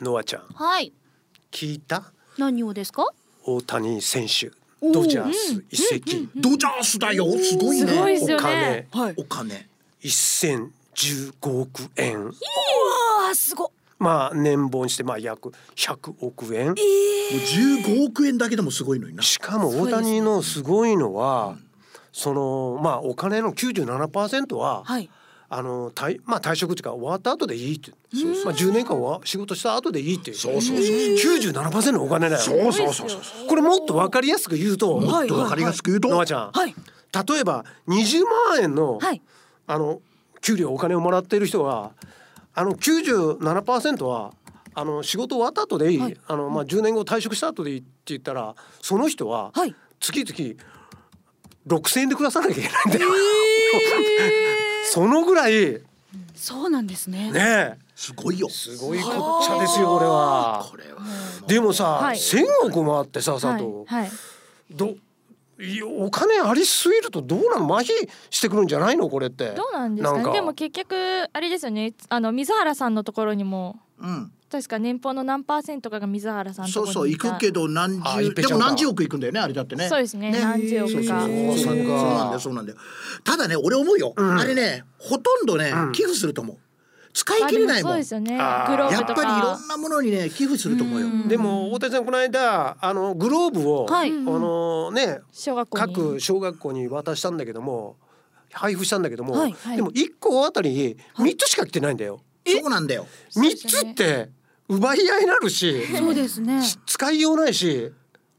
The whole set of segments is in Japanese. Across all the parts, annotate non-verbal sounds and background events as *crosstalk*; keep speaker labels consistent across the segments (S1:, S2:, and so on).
S1: ノアちゃん
S2: はい。
S1: 聞いた
S2: 何をですか？
S1: 大谷選手ドジャース移籍
S3: ドジャースだよすごい
S4: すごい
S3: ね
S4: ですよ
S1: お金
S4: ね。
S3: お金
S1: 1015億円
S4: わあすご。
S1: まあ年俸にしてまあ約100億円
S3: もう15億円だけでもすごいのにな
S1: しかも大谷のすごいのはそのまあお金の97%は
S4: はい。
S1: あの退まあ退職っていうか終わった後でいいってまあ10年間は仕事した後でいいっていう
S3: そうそうそう
S1: 97%のお金だよ
S3: そうそうそうそう
S1: これもっとわかりやすく言うと
S3: も
S4: は
S3: っ
S4: い
S3: とわかりやすく言うと
S1: ノアちゃん
S4: はい。
S1: 例えば20万円の
S4: はい。
S1: あの給料お金をもらっている人はあの97%はあの仕事終わった後でいい、
S4: はい
S1: あのまあ10年後退職した後でいいって言ったらその人は
S4: はい
S1: 月々6,000円で暮らさなきゃいけないんだよ。 *laughs* そのぐらい
S4: そうなんですね。
S1: ねえ
S3: すごいよ
S1: すごいこっちゃですよこれは。
S3: これは
S1: でもさ、
S4: はい
S1: 1,000億もあってさ佐藤、
S4: はい。はい。
S1: どいやお金ありすぎるとどうなん麻痺してくるんじゃないのこれって。
S5: どうなんですかね
S1: なんか
S5: でも結局あれですよねあの水原さんのところにも
S3: うん
S5: 確か年俸の何パーセントかが水原さんのと
S3: そ
S5: こ
S3: う
S5: ろ
S3: そう
S5: にい
S3: 行
S5: た
S3: くけど何
S1: あ行っ
S3: 十
S1: て
S3: で
S1: ちゃう
S3: も
S1: か
S3: 何十億行くんだよねあれだってね
S5: そうですね何十億か
S3: そうそうそう
S1: そうか
S3: なんだよそうなんだよただね俺思うよ、
S1: ん
S3: あれねほとんどね、
S1: うん
S3: 寄付すると思う使い
S5: あ
S3: 切
S5: で
S3: れ
S5: も
S3: ないも
S5: そうんですよねグロ
S1: あー
S5: ー
S3: や
S5: ブ
S3: っぱ
S5: と
S3: りい
S5: か
S3: ろんなものにね寄付すると思うよ
S5: うん
S1: でも大谷さんこの間あのグローブを、
S4: はい
S1: あのね
S5: 小学校に
S1: 各小学校に渡したんだけども配布したんだけども、
S4: はいはい
S1: でも1校あたり3つしか来てないんだよ。
S3: そうなんだよ
S1: 3つって奪い合いになるし、
S4: そうですね。
S1: 使いようないし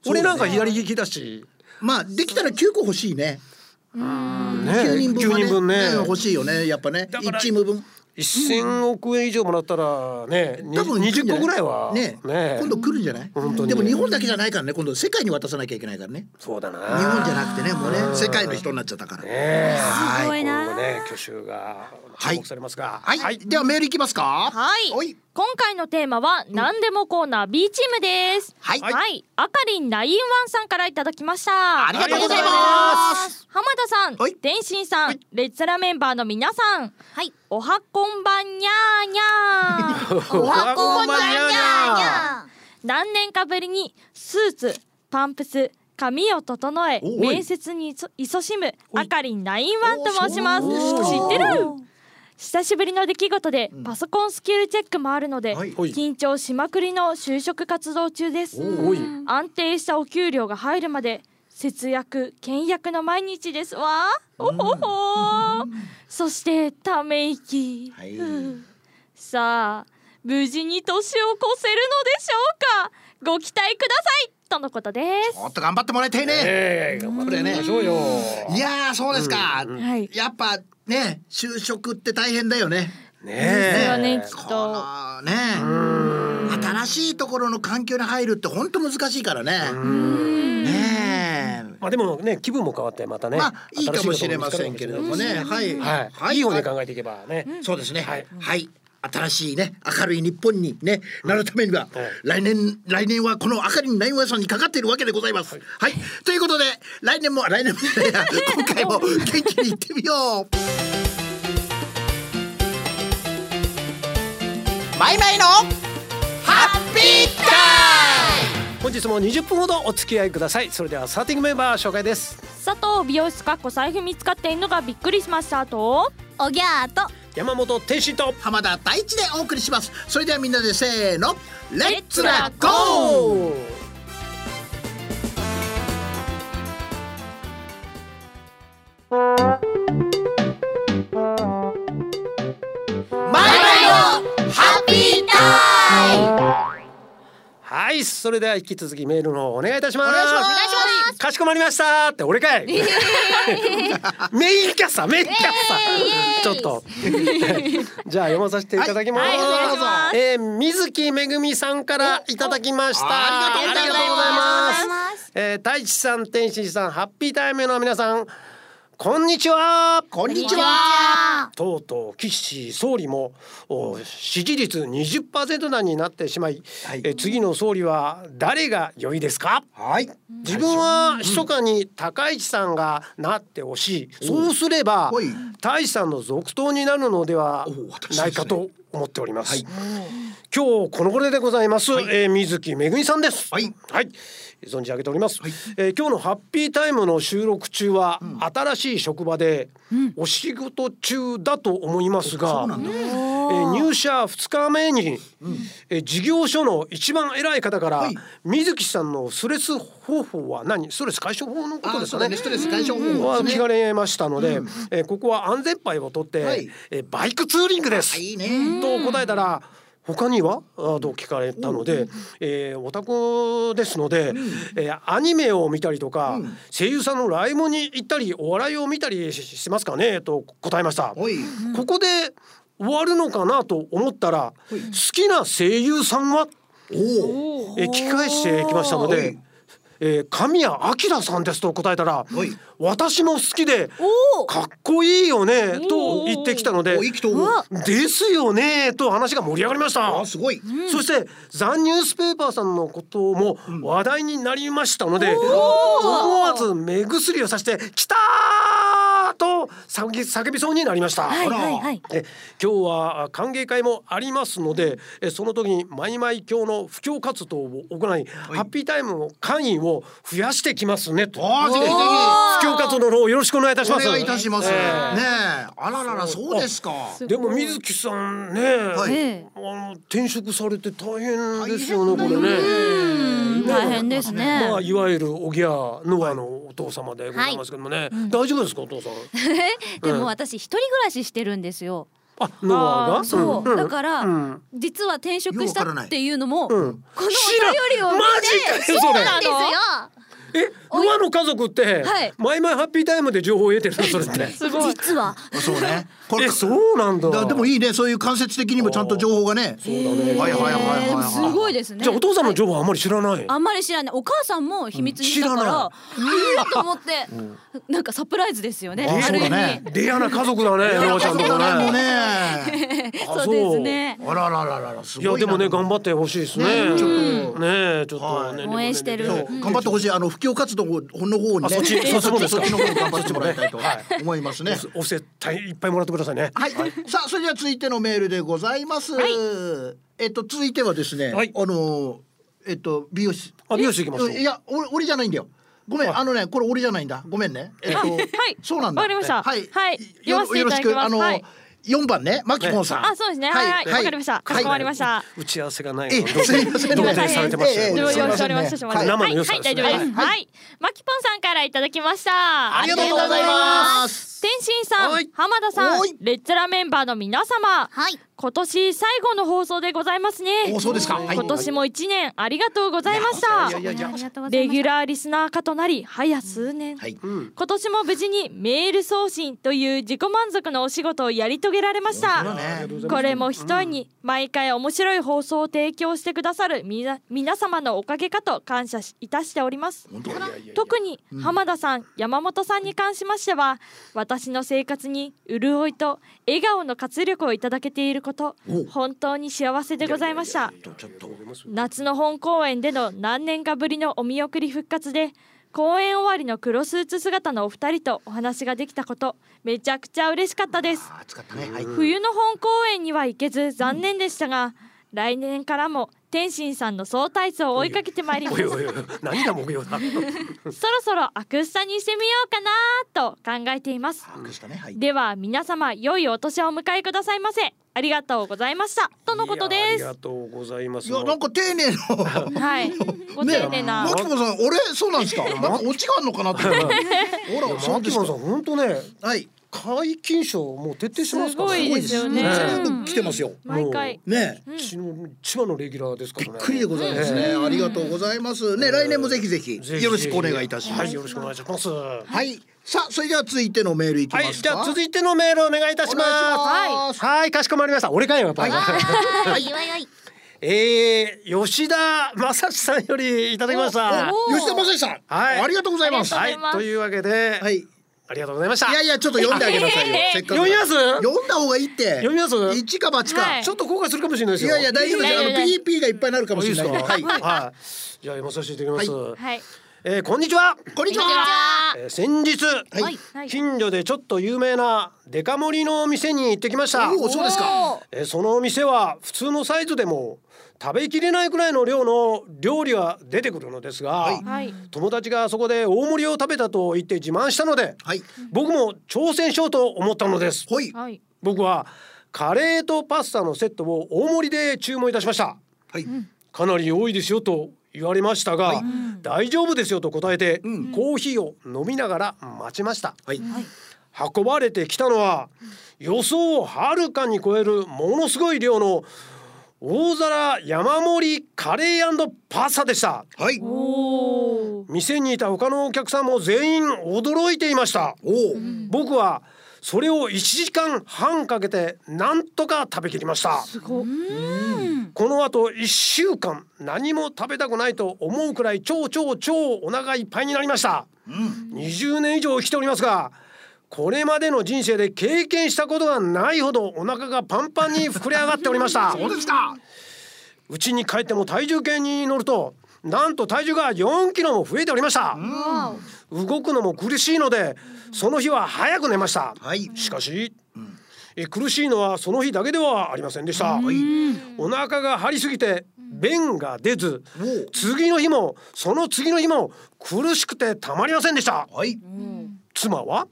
S1: 俺なんか左利きだし、
S3: まあできたら9個欲しいね
S1: ね
S3: 9人分はね
S1: 9ね
S3: 欲しいよねやっぱね1チーム分
S1: 1,000億円以上もらったらねに
S3: 多分行くん
S1: 20
S3: じ
S1: 個
S3: ゃな
S1: ぐらいは
S3: ね今度来るんじゃない
S1: 本当に
S3: でも日本だけじゃないからね今度世界に渡さなきゃいけないからね
S1: そうだな
S3: 日本じゃなくてねもうね世界の人になっちゃったから
S1: ね
S4: すご
S3: はい
S4: い
S1: 今後
S4: な。
S1: ね挙手が注目されますが、
S3: はい、ではメールいきますか
S5: はい
S3: おい
S5: 今回のテーマは何でもコーナー B チームです
S3: はい
S5: あかりんラインワンさんからいただきました
S3: ありがとうござい
S5: ありがとうござい
S3: ま
S5: ますす浜田さん
S3: はい
S5: 天心さんレッツラメンバーの皆さん
S2: はい。
S5: おはこんばんにゃーにゃ
S3: *laughs*
S5: ー
S1: おは
S5: 何年かぶりにスーツパンプス髪を整え
S3: おい
S5: 面接にいそ勤しむあかりんナインワンと申します
S3: お
S5: 知
S3: ー
S5: ってる久しぶりの出来事で
S3: うん
S5: パソコンスキルチェックもあるので、
S3: はい
S1: はい
S5: 緊張しまくりの就職活動中です
S1: おい
S5: 安定したお給料が入るまで節約倹約の毎日ですわおほほそしてため息、
S3: はい
S5: さあ無事に年を越せるのでしょうかご期待くださいとのことです
S3: もっと頑張ってもらいたいね
S1: ええ頑張っていきましょうよ。
S3: いやーそうですか、
S5: はい
S3: やっぱね就職って大変だよね
S1: ね
S5: ですよ
S1: え
S5: ねきっ
S3: ことのね新しいところの環境に入るって本当難しいからねねえ
S1: まあでもね気分も変わってまたね。
S3: まあいいかもしれませんけれどもねはい
S1: はい、い、い方に考えていけばね。
S3: そうですね。
S1: は
S3: はいい、新しいね明るい日本にねなるためには、来年来年はこの明かりに内ンさんにかかっているわけでございます。はい、ということで来年も来年も *laughs* 今回も元気にいってみよう。マイマイのハッピータ
S1: 本日も20分ほどお付き合いください。それではスターティングメンバー紹介です。
S5: 佐藤美容室かっこ財布見つかっているのがびっくりしましたと
S2: おぎゃーと。
S1: 山本天心と。
S3: 浜田大地でお送りします。それではみんなでせーのレッツラゴー。マイマイのハッピータイム。
S1: はい、それでは引き続きメールの方お願いいたします。
S3: お願いします
S1: す。かしこまりましたって俺かい。 *laughs* メインキャスター、メインキャスター。ちょっと。 *laughs* じゃあ読まさせていただきます。
S5: はいはいお願いします
S1: えー水木めぐみさんからいただきました。
S3: あ
S1: あ
S3: り
S1: り
S3: が
S1: が
S3: と
S1: と
S3: う
S1: う
S3: ご
S1: ご
S3: ざ
S1: ざ
S3: い
S1: い
S3: ます
S1: ます。えー、太一さん、天心さん、ハッピータイムの皆さん、こんにちは。
S3: こんにちは。
S1: とうとう岸総理もお支持率20%台になってしまい、
S3: はい
S1: え次の総理は誰が良いですか
S3: はい。
S1: 自分は密かに高市さんがなってほしい、そうすれば
S3: ほい
S1: 大志さんの続投になるのでは
S3: お私ですね
S1: ないかと思っております、今日この頃でございます、
S3: はい
S1: えー水木めぐみさんです
S3: はい
S1: 存じ上げております、
S3: はい
S1: えー今日のハッピータイムの収録中は、新しい職場でお仕事中だと思いますが、
S3: そうなんだ
S1: えー入社2日目に、えー事業所の一番偉い方から、
S3: はい
S1: 水木さんのストレス方法は何ストレス解消法のこ
S3: あ
S1: と
S3: ー
S1: です
S3: そ
S1: か
S3: うだ
S1: ね
S3: ねストレス解消
S1: ここ
S3: 法
S1: は
S3: で
S1: 聞
S3: す
S1: か
S3: ね。
S1: れましたので、えーここは安全牌を取って、
S3: はい
S1: えーバイクツーリングです、
S3: あいいね。
S1: と答えたら他にはあーと聞かれたので、えー、オタクですので、えーアニメを見たりとか、声優さんのライブに行ったりお笑いを見たりししますかねと答えました。
S3: おい。
S1: ここで終わるのかなと思ったら好きな声優さんは、
S3: おお。
S1: えー聞き返してきましたの
S3: は
S1: で
S3: い。
S1: えー、神谷明さんですと答えたら
S3: はい
S1: 私も好きで
S4: おお。
S1: かっこいいよねと言ってきたので
S3: お意気投合。
S1: ですよねと話が盛り上がりました
S3: あーすごい。
S1: そしてザ・ニュースペーパーさんのことも話題になりましたので、思わず目薬をさして「きたー!」と叫び叫びそうになりました。
S4: はいはいはい。
S1: え今日はあ歓迎会もありますのでえその時にマイマイ教の布教活動を行い、ハッピータイムの会員を増やしてきますねと
S3: ああぜひぜひ
S1: 布教活動の方よろしくお願いいたし
S3: お
S1: ます。
S3: 願いいたします。ねえ
S1: ええ
S3: あらららそうですか。
S1: でも水木さんね、
S3: はい
S2: ええ
S1: あの転職されて大変ですよねこれね。
S2: うん大変ですね
S1: まあいわゆるおぎゃノアのお父様でございますけどもね、大丈夫ですかお父さん。
S2: でも私一人暮らししてるんですよ
S1: あノアが。
S2: そ
S1: ん
S2: うだから
S1: うん
S2: 実は転職し
S3: ようわから
S2: た
S3: ない
S2: っていうのもこ
S1: う
S2: のお
S1: ん
S2: 便り
S1: 知ら
S2: を見
S1: んマジ
S2: て
S1: かよそれ
S2: なんですよ
S1: えノアの家族って、
S2: はい
S1: 毎毎ハッピータイムで情報を得てるのそれって。
S5: すごい
S2: 実は
S3: そうね。こ
S1: えそうなんだ。
S3: だでもいいねそういう間接的にもちゃんと情報がね。
S1: そうだね。
S3: はいはいはいはいはい。
S2: すごいですね
S1: じゃあお父さんの情報はあんまり知らない。
S2: あんまり知らないお母さんも秘密にしたか
S1: 知ら
S2: ら
S1: な
S2: えーと思ってなんかサプライズですよね
S3: あ
S2: ある意
S3: そうだね
S2: 味
S1: レアな家族だねノアちゃんと
S3: こ
S1: か
S3: れ
S1: ね。
S3: もね。
S1: あ
S2: そうです。ね
S3: あらららららす
S1: い
S3: ごいな。
S1: やでもね頑張ってほしいですね。ちょっとねちょっとね、
S3: はい
S2: 応援してる
S1: でも
S3: そ
S1: ね
S3: う頑張ってほしいあの布教活動の方にね。
S1: あそっちそっちの方ですか
S3: そっちの方に頑張ってもらいたいと思いますね。
S1: お布施大いっぱいもらってくださいね。
S3: はい、さあそれでは続いてのメールでございます、えっと続いてはですね、
S1: はい
S3: あのえっと美容師
S1: あ美容師行きましょう
S3: いや俺俺じゃないんだよごめん、
S1: はい
S3: あのねこれ俺じゃないんだごめんねえっとはいそうなんだ
S5: わかりました
S3: はい
S5: はい
S3: よ
S5: 読ませてい
S3: よ
S5: ただきます
S3: ろしくあの、
S5: はい
S3: 4番ねマキコンさん、
S5: あそうですねはいはいわかりましたかしこまりました
S1: 打ち合わせがない
S3: え
S1: の。
S3: すいません
S1: 同定されてました
S3: えええ
S1: よ。
S3: え
S5: よろ
S3: すい
S5: しくお
S3: ません
S5: 願いします。
S3: はい
S1: 生の良
S5: は
S1: さ
S5: い、
S1: です
S5: 大
S1: ね
S5: 丈夫です。
S3: はい
S5: はい、マキポンさんからいただきました。
S3: ありがとうございます
S5: 天心さ
S1: は
S5: ん
S1: い、
S5: 浜田さん
S3: はい、
S5: レッツラメンバーの皆様。
S2: はい
S5: 今年最後の放送でございますね。
S3: おそうですかはい
S5: 今年も一年ありがとうございました
S1: いやいやいや
S2: ありがとうござい
S5: レ
S2: ま
S5: ギ
S2: す
S5: ュラーリスナー化となり早数年、
S3: はい
S1: うん。
S5: 今年も無事にメール送信という自己満足のお仕事をやり遂げられました、
S3: 本当だね
S5: これも一重に毎回面白い放送を提供してくださるみな皆様のおかげかと感謝しいたしております
S3: 本当だ
S5: 特に浜田さん、山本さんに関しましては私の生活に潤いと笑顔の活力をいただけていること
S3: お
S5: 本当に幸せでございました
S3: ちょっと
S5: 夏の本公演での何年かぶりのお見送り復活で公演終わりの黒スーツ姿のお二人とお話ができたことめちゃくちゃ嬉しかったです
S3: あ暑かったねはい
S5: 冬の本公演には行けず残念でしたが、来年からも天心さんの総体操を追いかけてまいりま
S1: お
S5: す
S1: いおいおい何が目標だ。
S5: そろそろアクスタにしてみようかなーと考えています
S3: 把握したねはい
S5: では皆様良いお年をお迎えくださいませありがとうございましたとのことで
S1: いやありが
S5: す
S1: とうございます。
S3: いやなんか丁寧な
S5: *laughs* はいご丁寧な、
S3: マキコさん、俺そうなんです
S5: *laughs*
S3: か。なんか落ちがあるのか
S1: *laughs*
S3: なって。ほら、そ
S1: マ
S3: うで
S1: キ
S3: す
S1: モン
S3: か
S1: さん。本当ね
S3: はい。
S1: 解禁賞もう徹底してますから
S5: すごいですよね
S3: 全部来てますよ。
S5: 毎回
S3: ねえ、
S1: うちの千葉のレギュラーですからね。
S3: びっくりでございますね。ありがとうございます。ね、来年もぜひぜひ
S1: ぜひぜひ
S3: よろしくお願いいたしま
S1: はい
S3: す
S1: よ。ろしくお願いします。は
S3: はい。さあ、それでは続いてのメールいきま
S1: い、
S3: す
S1: じゃ
S3: か。
S1: あ
S3: い
S1: 続いてのメールお願いいたします。
S3: はい
S1: はい、はいかしこまりました。俺かよやっぱり。
S2: はいよいよい
S1: えー、吉田正史さんよりいただきました。
S3: 吉田正史さん、
S1: はい
S3: ありがとうございます。
S5: あ
S1: は
S5: り
S1: い
S5: がとうございます、
S1: というわけで、
S3: はい。い
S1: ありがとうございました。
S3: やいや、ちょっと読んであげなさい
S5: *laughs*
S3: よ。せっかくだ
S1: 読みます
S3: 読んだ方がいいって。
S1: 読みます
S3: 一か八か
S5: は。
S1: ちょっと後悔するかもしれないです
S3: い
S1: よ。
S3: やいや、大丈夫ですよ。あ
S5: い
S3: の
S5: やいやいや
S3: PP がいっぱいになるかも
S1: い
S3: し
S1: いで
S3: れな
S1: す
S3: い
S1: か。
S3: んで。は
S1: は
S3: い。
S1: い。じゃあ読まさせていただきます。
S5: はい
S1: えーこんにちは、
S3: こんにちは。
S1: えー先日、
S3: はい。
S5: はい
S1: 近所でちょっと有名なデカ盛りのお店に行ってきました
S3: おお、そうですか。
S1: えーそのお店は普通のサイズでも食べきれないくらいの量の料理が出てくるのですが、
S5: はい
S1: 友達がそこで大盛りを食べたと言って自慢したので
S3: はい。
S1: 僕も挑戦しようと思ったのです
S3: ほい。
S5: はい
S1: 僕はカレーとパスタのセットを大盛りで注文いたしました
S3: はい。
S1: かなり多いですよと言われましたが、大丈夫ですよと答えて、
S3: うん
S1: コーヒーを飲みながら待ちました
S3: はい。
S1: 運ばれてきたのは予想をはるかに超えるものすごい量の大皿山盛りカレーパスタでした
S3: はい。
S5: おお
S1: 店にいた他のお客さんも全員驚いていました
S3: おお。
S1: 僕はそれを1時間半かけてなんとか食べきりました
S5: すごい
S1: この後1週間何も食べたくないと思うくらい超超超お腹いっぱいになりました
S3: うん。
S1: 20年以上生きておりますがこれまでの人生で経験したことがないほどお腹がパンパンに膨れ上がっておりました
S3: *laughs* そうですか。
S1: うちに帰っても体重計に乗るとなんと体重が4キロも増えておりました動くのも苦しいのでその日は早く寝ました
S3: はい。
S1: しかし、え苦しいのはその日だけではありませんでした、お腹が張りすぎて便が出ず
S3: お
S1: 次の日もその次の日も苦しくてたまりませんでした
S3: お。はい。
S1: 妻は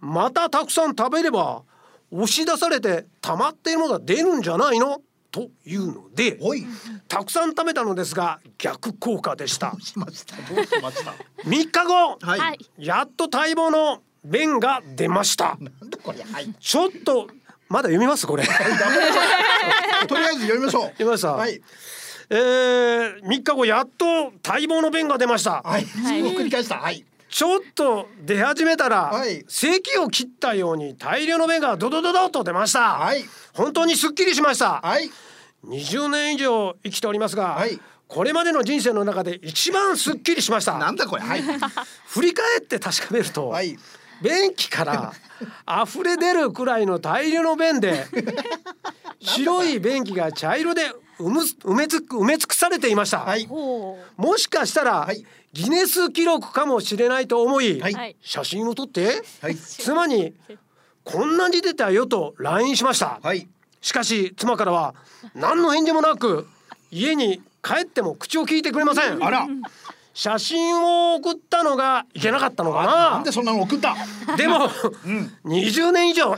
S1: またたくさん食べれば押し出されて溜まっているのが出るんじゃないのというので
S3: ほい。
S1: たくさん食べたのですが逆効果でした
S3: どうしました。どうしました。
S1: 3日後
S3: はい。
S5: はい
S1: やっと待望の便が出ました
S3: なんだこれ。はい。
S1: ちょっとまだ読みますこれ
S3: とりあえず読みましょう。
S1: 読みました
S3: はい。
S1: えー、3日後やっと待望の便が出ました
S3: はい。を繰り返した。はい。
S1: ちょっと出始めたら、
S3: はい
S1: 咳を切ったように大量の便がドドドドと出ました、
S3: はい
S1: 本当にすっきりしました、
S3: はい。
S1: 20年以上生きておりますが、
S3: はい
S1: これまでの人生の中で一番すっきりしまし
S3: な
S1: た
S3: んだこれ。はい。
S1: 振り返って確かめると、
S3: はい。
S1: 便器
S3: *laughs*
S1: から溢れ出るくらいの大量の便で白い便器が茶色で埋む埋め尽く埋め尽くされていました、
S3: はい。
S5: ほ
S1: もしかしたら、
S3: はい
S1: ギネス記録かもしれないと思い、
S3: は
S5: う
S3: い
S5: はい
S1: 写真を撮って
S3: はい。
S1: 妻に「こんなに出たよ」と LINE しました、
S3: はい。
S1: しかし妻からは何の返事もなく家に帰っても口を聞いてくれません
S3: あら。
S1: 写真を送ったのがいけなかったの
S3: な
S1: か
S3: んでそんなの送った。
S1: なでも、
S3: ん
S1: 20年以上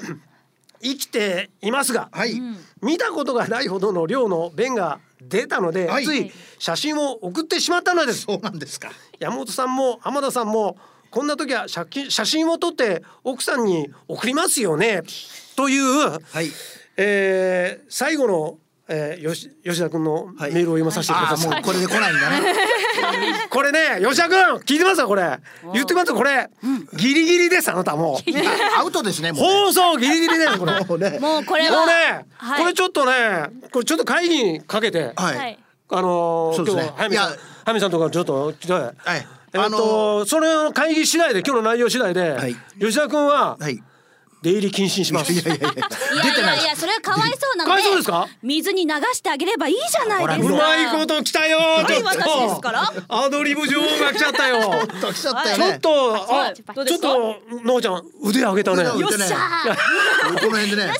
S1: 生きていますが
S3: はい。
S1: 見たことがないほどの量の便が出たので、
S3: はい
S1: つい写真を送ってしまったのです
S3: そうなんですか。
S1: 山本さんも浜田さんもこんな時は写真写真を撮って奥さんに送りますよねという、
S3: はい。
S1: えー最後の、えー、よし吉田君のメ
S3: はい
S1: ールを読まさせてく
S3: あ
S1: だ
S3: あ、も
S1: さい、
S3: うこれで来ないんだね。
S1: これね吉田君聞いてますかこれ言ってますこれ、ギリギリですあなたも
S3: *laughs*
S1: う
S3: アウトですね。もうね
S1: 放送ギリギリですこ
S3: *laughs*
S1: れも
S3: もうね。
S2: もうこれ
S1: う
S2: は
S1: ね、これちょっとねこれちょっと会議にかけて、
S5: う
S3: は
S5: はいい。
S1: あのー
S3: そうです
S1: 今日早見さ
S3: ね
S1: ん
S3: いや
S1: 早見さんとかちょっとちょっと
S3: はい
S1: えっ
S3: あの
S1: とそれの会議次第で今日の内容次第で、
S3: はい
S1: 吉田君は
S3: はい。い
S1: 出入り禁止にします。
S3: やいやいや。
S2: いやいやいやそれはかわいそうな
S1: か
S2: の
S1: わ
S2: で
S1: いそうですか
S2: 水に流してあげればいいじゃないです
S1: う
S2: か
S1: まいこと来たよちょっ
S2: 私ですか
S1: と
S2: ら
S1: アドリブ女王が来ちゃった
S3: *laughs*
S1: よ
S3: ちょっと来ちゃったよ
S1: ちょ
S3: ね
S1: っ。と
S2: は
S1: あ
S2: い
S1: ち
S2: どうで
S1: ょっ
S2: すか
S1: とのうちゃん腕上げたね
S3: 腕上げ
S2: よっしゃー
S3: この辺でね。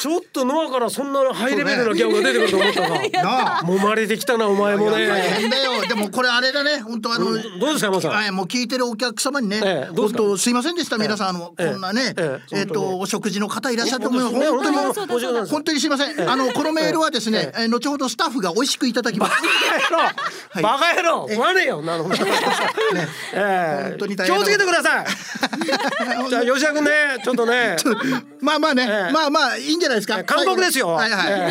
S1: ちょっとノアからそんなハイレベルなギャグが出てくると思ったが
S3: なあ。
S1: 揉まれてきたなお前も
S3: いや大
S1: ね
S3: 変だよ。でもこれあれだね。本当あの。
S1: うんどうですか山本さん
S3: はい、もう聞いてるお客様にね、
S1: ええどうで
S3: 本
S1: すか
S3: 当すいませんでした、皆さん、あの、
S1: ええ
S3: こんなね、
S1: え
S3: え
S1: え
S3: っ、と、お食事の方いらっしゃっても、
S1: 本当ですね
S3: 本当に、
S1: 本当にそうだそうだ
S3: 本当にすいません、あの、このメールはですね、えー後ほどスタッフが美味しくいただ
S1: *laughs*
S3: きます。はい
S1: バカ野郎我よなのねええ気をつけて
S3: 本当に大変な
S1: ください
S3: *laughs*
S1: じゃあ吉田君ねちょっとね
S3: まあまあね、
S1: ええ
S3: まあまあ、いいんじゃないです
S1: え
S3: か。
S1: え韓国ですよ
S3: はいはい、はい、い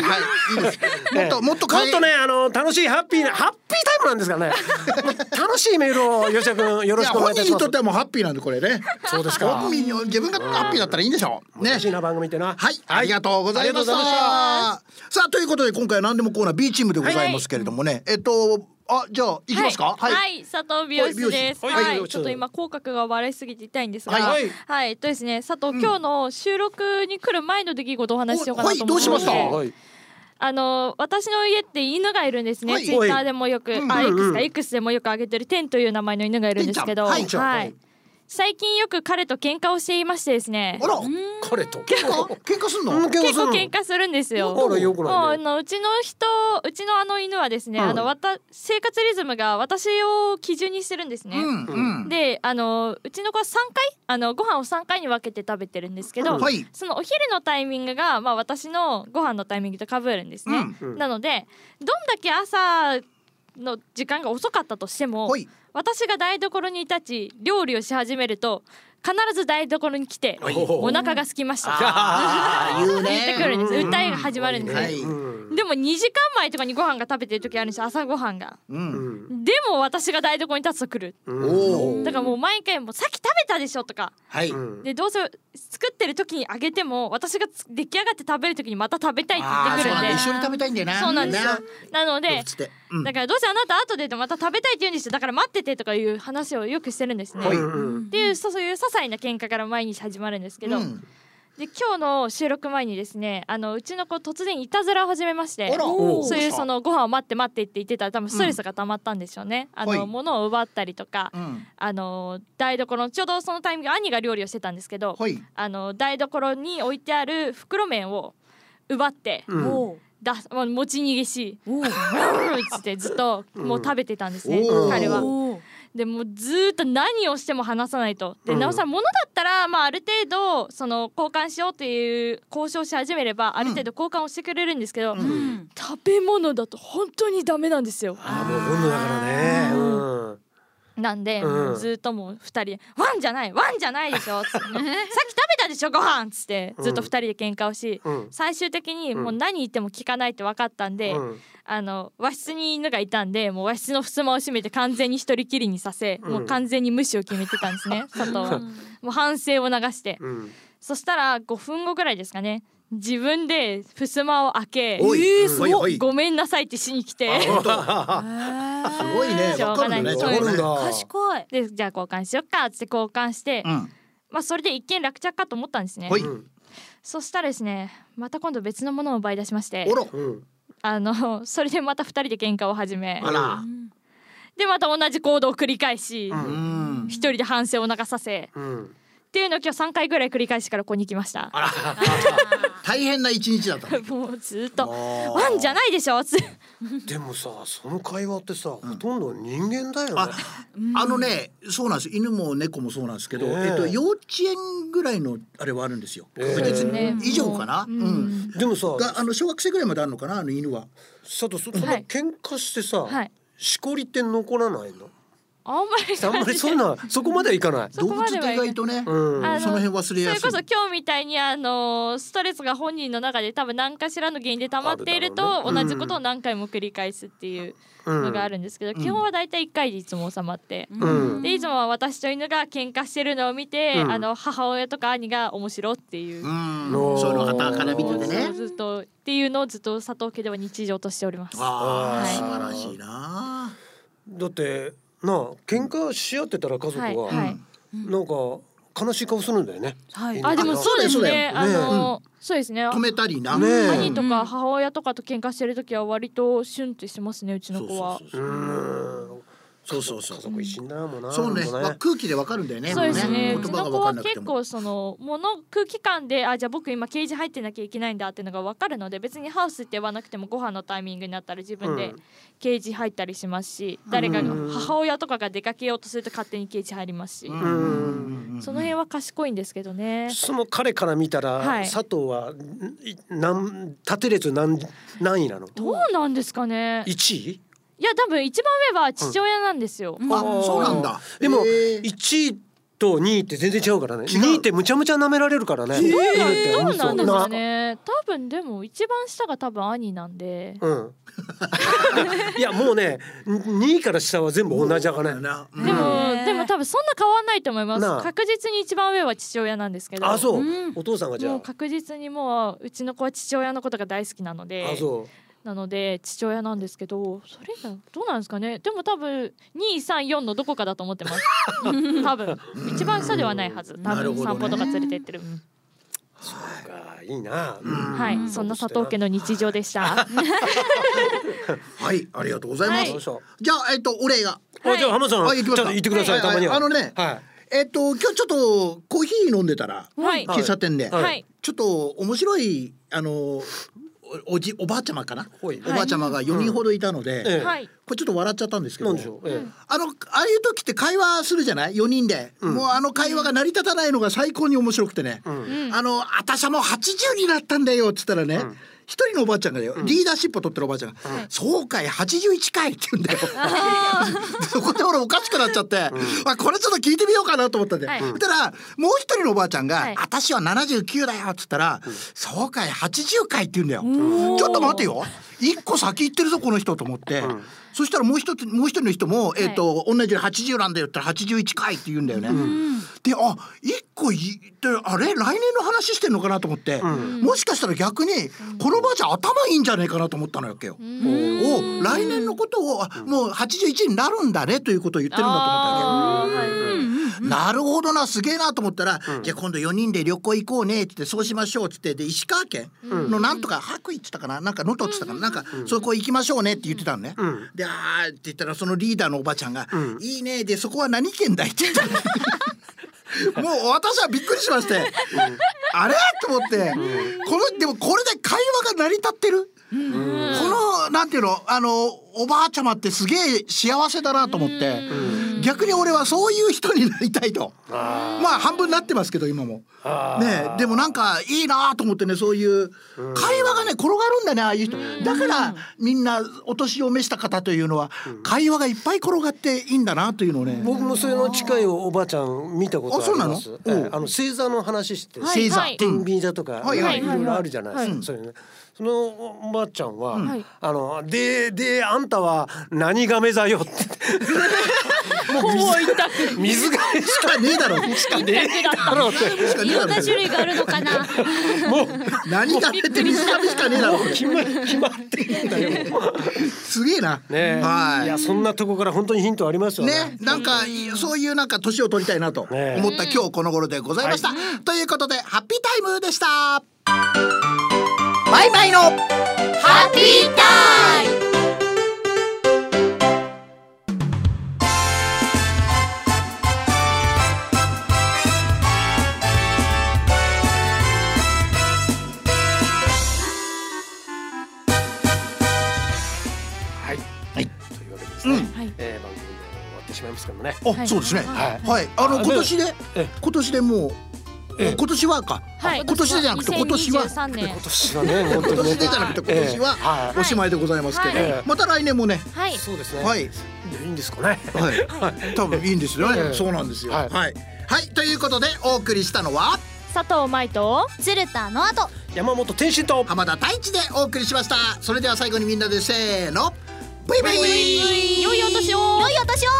S1: *laughs*
S3: いです。もっと、もっと
S1: も
S3: か
S1: っ
S3: え、
S1: とねあの楽しいハッピーなハッピータイムなんですからねもう楽しいメールを吉田君よ
S3: い
S1: ろし
S3: や、
S1: くお願い
S3: 本
S1: いた
S3: 人
S1: し
S3: に
S1: ます
S3: とってはもうハッピーなんで、これね。
S1: そうですか
S3: 本人、自分がハッピーだったらいいんでしょう。ね
S1: 楽。しいな番組ってな
S3: はい、ありがとうございました。
S1: ありがとうござい
S3: さあということで今回は何でもコーナー B チームでございますけれどもね、えっとあじゃあ行きますか。
S5: はい、はい佐藤美容師です。
S1: は
S5: はいい、
S1: 美容師はい
S5: ちょっと今口角が笑いすぎて痛いんですが、
S1: は
S5: はいい、えっとですね、佐藤、今日の収録に来る前の出来事をお話ししようかな
S3: は
S5: と
S3: い
S5: 思
S3: どう
S5: っ
S3: してました
S1: はい
S5: あの私の家って犬がいるんですね、
S3: はい
S5: ツイッターでもよく、
S3: うん
S1: う
S5: あ
S1: ん
S5: X
S1: う
S5: か
S1: ん
S5: X でもよくあげてるテンという名前の犬がいるんですけど、
S3: テ
S5: は
S3: ン
S5: い
S1: ちゃんはい
S5: 最近よく彼と喧嘩をしていましてですね
S3: あら
S1: 彼と
S3: 結構喧嘩すんの、
S1: うん
S5: 結構
S1: する
S5: 喧嘩するんですよ。
S1: あらよく
S5: もう
S1: な
S5: あ
S1: いね
S5: のうちの人うちのあの犬はですね、
S1: うん
S5: あのわた生活リズムが私を基準にしてるんですね。
S3: うんうん
S5: であのうちの子は3回あのご飯を3回に分けて食べてるんですけど、
S3: はい
S5: そのお昼のタイミングが、まあ、私のご飯のタイミングとかぶるんですね。
S3: うん
S1: うん
S5: なのでどんだけ朝の時間が遅かったとしても
S3: はい
S5: 私が台所に立ち料理をし始めると必ず台所に来て
S1: はい
S5: お腹が空きました
S3: あー言うね
S5: 言ってくるんです
S1: うん
S5: 歌いが始まるんですね
S3: はい
S1: うん
S5: でも2時間前とかにご飯が食べてる時あるんですよ朝ごはんが
S3: う
S1: うんん
S5: でも私が台所に立つと来る
S1: うん
S3: おー
S5: だからもう毎回もうさっき食べたでしょとか
S3: はい、
S1: うん
S5: でどうせ作ってる時にあげても私がつ出来上がって食べる時にまた食べたいって言
S3: あー
S5: って
S3: そ
S5: く
S3: う
S5: る
S3: なんん
S5: で
S3: だ一緒に食べたいんだよな
S5: そうなんですよなの
S3: で
S5: で
S3: つって、うん
S5: だからどうせあなた後でまた食べたいって言うんでしょだから待っててとかいう話をよくしてるんですね。
S1: はい
S5: っ
S1: うん
S5: ていうそうそういう些細な喧嘩から毎日始まるんですけど、
S3: うん
S5: で今日の収録前にですねあのうちの子突然いたずらを始めまして
S3: あら
S1: おー
S5: そういうそのご飯を待って待ってって言ってたら多分ストレスが溜まったんでしょうね。あ
S3: はい
S5: の物を奪ったりとか、
S3: うん
S5: あの台所のちょうどそのタイミング兄が料理をしてたんですけど、
S3: はい
S5: あの台所に置いてある袋麺を奪って
S1: うん
S4: おう
S5: 出す、もう持ち逃げし
S4: おう
S5: つってずっともう食べてたんですね、
S3: うん
S5: 彼は。
S4: おう
S5: でもうずーっと何をしても話さないと。で
S1: うん
S5: なおさんものだったら、まあ、ある程度その交換しようっていう交渉し始めればある程度交換をしてくれるんですけど、
S3: う
S4: うん
S5: 食べ物だと本当にダメなんですよ。
S1: あーもう本能だからねうん
S5: なんで、
S1: うん
S5: もうずーっともう二人「ワンじゃないワンじゃないでしょ」つっ
S1: *laughs*
S5: てさっき食べたでしょご飯っつってずっと二人で喧嘩をし、
S1: うん
S5: 最終的にもううん何言っても聞かないって分かったんで、
S1: うん
S5: あの和室に犬がいたんでもう和室の襖を閉めて完全に一人きりにさせ、
S1: うん
S5: もう完全に無視を決めてたんで
S1: *laughs*
S5: すね佐藤は。もう反省を流して、
S1: うん
S5: そしたら5分後ぐらいですかね自分で襖を開け
S3: おい、
S4: えーすごい
S3: おいおい
S5: ごめんなさいってしに来て
S3: あ本当
S4: す
S3: すごいね
S5: しょ
S3: わ
S5: う
S3: か
S5: が
S3: る
S5: ない
S3: よねわか
S5: そう
S1: わかるん
S3: るね
S1: だ
S4: 賢い
S5: でじゃあ交換しよっかっつって交換して、
S3: うん
S5: まあ、それで一見落着かと思ったんですね
S3: ほい
S1: うん
S5: そしたらですねまた今度別のものを奪い出しまして
S3: おろ
S1: うん
S5: あの *laughs* それでまた2人で喧嘩を始め
S3: あら
S5: でまた同じ行動を繰り返し
S1: う
S5: 一
S1: ん
S3: うん
S5: 人で反省を流させ
S1: うん
S5: っていうのを今日3回ぐらい繰り返しからここに来ました
S1: あら
S3: 大変な一日だったね
S5: もうずっと「
S3: ワ
S5: ワンじゃないでしょ」つって
S1: でもさその会話ってさほとんど人間だよ
S3: あ
S1: ね
S3: あのねそうなんです犬も猫もそうなんですけど、
S1: ねえ
S3: えっと、幼稚園ぐらいのあれはあるんですよ
S1: ええ
S3: 確実に以上かな、
S5: う
S3: うんん
S1: でもさ
S3: があの小学生ぐらいまであるのかなあの犬は
S1: 佐藤そそんな
S5: はい
S1: 喧嘩してさ
S5: はい
S1: しこりって残らない
S5: *laughs*
S1: の
S5: あんまり
S1: あんまりそんなそこまではいかない
S5: こ
S3: 動物
S5: ま
S3: って
S5: では
S3: 意外とね、
S1: うん
S5: あの
S3: その辺忘れ
S5: そ
S3: や
S5: れ
S3: すい
S5: こそ今日みたいにあのストレスが本人の中で多分何かしらの原因で溜まっている
S1: あるだろ
S5: と
S1: うね
S5: 同じことを何回も繰り返すっていう
S1: うん
S5: のがあるんですけど、基本は大体1回でいつも収まって、
S1: うん
S5: でいつもは私と犬が喧嘩してるのを見て、
S1: うん
S5: あの母親とか兄が面白っていう、
S3: うん
S1: の
S3: そういうのがから見ててね
S5: そうずっとっていうのをずっと佐藤家では日常としております。
S3: ああ
S1: はい
S3: 素晴らしいな
S1: だってなあ喧嘩し合ってたら家族
S5: はい
S1: は
S5: はい
S1: なんか悲しい顔するんだよね
S4: はい
S1: うん
S5: あでもそうですね。
S1: あ
S5: あ
S1: そうだよね
S5: の、そうですね。
S3: 止めたりな、
S1: ねえ
S5: 兄とか母親とかと喧嘩してる時は割とシュンってしてますねうちの
S3: そう
S5: 子は
S3: そう。
S1: う
S3: そう
S1: ーん
S3: そうそうそう
S1: 家族一心だなもんな
S3: そうね
S1: も
S3: わ空気でわかるんだよね
S5: そうですね。
S3: も
S5: う
S3: う
S5: ち
S3: 言
S5: の
S3: 葉が
S5: 子
S3: わか
S5: は
S3: んなくて
S5: 結
S3: も
S5: 構そのもの空気感であじゃあ僕今ケージ入ってなきゃいけないんだっていうのがわかるので別にハウスって言わなくてもご飯のタイミングになったら自分
S1: う
S5: で
S1: ん
S5: ケージ入ったりしますし、誰かが母親とかが出かけようとすると勝手にケージ入りますし、
S1: うん
S3: うん
S5: その辺は賢いんですけどね。
S1: その彼から見たら、
S5: はい
S1: 佐藤は何縦列何何位なの
S5: どうなんですかね。
S1: 1位
S5: いや多分一番上は父親なんですよ。
S3: あそうなんだ
S1: でも
S3: へえ
S1: 1位と2位って全然違うからね
S3: 違う
S1: 2位ってむちゃむちゃ舐められるからね
S3: そうなんだ
S1: 犬って
S5: どうなんですか
S1: な
S5: ね。多分でも一番下が多分兄なんで。
S1: うん *laughs* いやもうね2位から下は全部同じだからね
S3: な、うん
S5: でも、
S4: ねえ
S5: でも多分そんな変わんないと思いま
S1: なあ
S5: す確実に一番上は父親なんですけど
S1: あそう、
S4: うん
S1: お父さんがじゃ
S5: もう
S1: あ
S5: 確実にもううちの子は父親のことが大好きなので
S1: あそ
S5: なので父親なんですけどそれ以外どうなんですかねでも多分234のどこかだと思ってます多分一番下ではないはず多
S3: なるほ
S5: 分
S3: どね
S5: 散歩とか連れてってる、
S1: うかいいな。
S5: はい、そんな佐藤家の日常でした。
S3: はい、ありがとうございます。
S1: はい
S3: じゃあ、えっと、お礼が。
S1: あじゃあ浜田さん、
S3: はい、
S1: ち
S3: 行き
S1: ょっと
S3: ますか。
S1: 言ってください。たまには。
S3: あのね、
S1: は
S3: えっと、今日ちょっとコーヒー飲んでたら、
S5: はい、
S1: は
S5: はいい、
S3: 喫茶店で、
S1: はい
S5: はい、
S3: ちょっと面白い、あの。おおじ、おばあちゃまかな。
S1: はい
S3: おばあちゃまが四人ほどいたので、
S1: ええ
S5: はい、
S3: これちょっと笑っちゃったんですけ
S1: な
S3: ど。
S1: んでしょう。ええ
S3: あの、ああいう時って会話するじゃない、四人で、もうあの会話が成り立たないのが最高に面白くてね。あの、あたしゃもう八十になったんだよっつったらね。一人のおばあちゃんがよ、リーダーシップを取ってるおばあちゃんが「そうかい81回」って言うんだよ。 *laughs* そこで俺おかしくなっちゃって、あこれちょっと聞いてみようかなと思ったんで、
S5: はい
S3: そしたらもう一人のおばあちゃんが「
S5: はい
S3: 私は79だよ」っつったら「そうかい80回」って言うんだよ。ちょっと待てよ一個先行ってるぞこの人と思って、そしたらもう一つもう一人の人も「えっと同じように80なんだよ」って言ったら「81回」って言うんだよね。であ一個いってあれ来年の話してんのかなと思って、もしかしたら逆にこのおばあちゃん頭いいんじゃねえかなと思ったのよけよ。お来年のことをあもう81になるんだねということを言ってるんだと思ったわけ。
S5: あーはい
S3: なるほどなすげえなと思ったら、じゃあ今度4人で旅行行こうねっつってそうしましょうっつってで石川県のなんとか白衣っつったかななんか能登っつったかななんかそこ行きましょうねって言ってたのね、
S1: ん
S3: であーって言ったらそのリーダーのおばちゃんが「
S1: ん
S3: いいね」でそこは何県だいって言ったのもう私はびっくりしまして、あれと思って、このでもこれで会話が成り立ってる、このなんていうのあのおばあちゃまってすげえ幸せだなと思って、逆に俺はそういう人になりたいと
S1: あ
S3: まあ半分なってますけど今も
S1: あー
S3: ねえでもなんかいいなと思ってねそういう会話がね転がるんだねああいう人だからみんなお年を召した方というのは会話がいっぱい転がっていいんだなというのをね
S1: 僕もそれの近いおばあちゃん見たことあります。
S3: あそう
S1: え
S3: なの
S1: えあの星座の話して。
S5: はい
S3: 星座
S5: はい
S1: 天秤座とか、
S3: はい
S1: い
S3: はい
S1: ろいろあるじゃないですか、
S3: はい
S1: そういうねそのおばあちゃんは、
S5: はい
S1: あのでであんたは何がめ座
S3: *laughs*
S1: よってもう水水がめ
S3: しかねえだろしかね
S5: 逆だっ
S1: だろうって
S3: えしか
S2: い
S3: ねえ
S2: ろん
S3: だ
S2: な種
S3: ろ
S2: 類があるのかな。
S1: もう
S3: *laughs* 何がめって水がめしかねえだろ
S1: 決ま決まってるんだよ。
S3: *laughs* すげえな
S1: ねえ、い、や
S3: は
S1: そんなとこから本当にヒントあります
S3: い
S1: よね。
S3: ねなんかそういうなんか年を取りたいなと思
S1: ねえ
S3: った今日この頃でございましたということでハッピータイムでしたバイバイの
S2: ハッピータイム。
S1: はい、というわ
S3: はい
S1: けでですね、
S3: うん
S5: はい
S1: えー番組も終わってしまいますけどもね。
S3: あ、
S5: はい
S3: そうですね。
S1: は
S3: はい、あの
S1: あ
S3: 今年で
S1: ええ、
S3: 今年でもう、
S1: ええ
S3: 今年はか、
S5: はい
S3: 今年でじゃなくて今年は。
S5: 2023年
S1: 今年はね本当
S3: *laughs* 今
S1: にね
S3: 年でじゃなくて今年
S1: ええ
S3: は
S1: は
S3: おしまいでございますけど、
S1: はい
S3: また来年もね、
S5: はい
S1: い、そうですね。、
S3: はいい、
S1: いいんですかね。
S3: はい、多分いいんですよね。
S1: ええ
S3: そうなんですよ。
S1: はい
S3: は、
S1: い
S3: はい、ということでお送りしたのは
S5: 佐藤舞と
S2: 鶴田の後。
S1: 山本天心と
S3: 浜田太一でお送りしました。それでは最後にみんなでせーの、バイバイ。
S5: 良いお年を
S2: 良いお年を。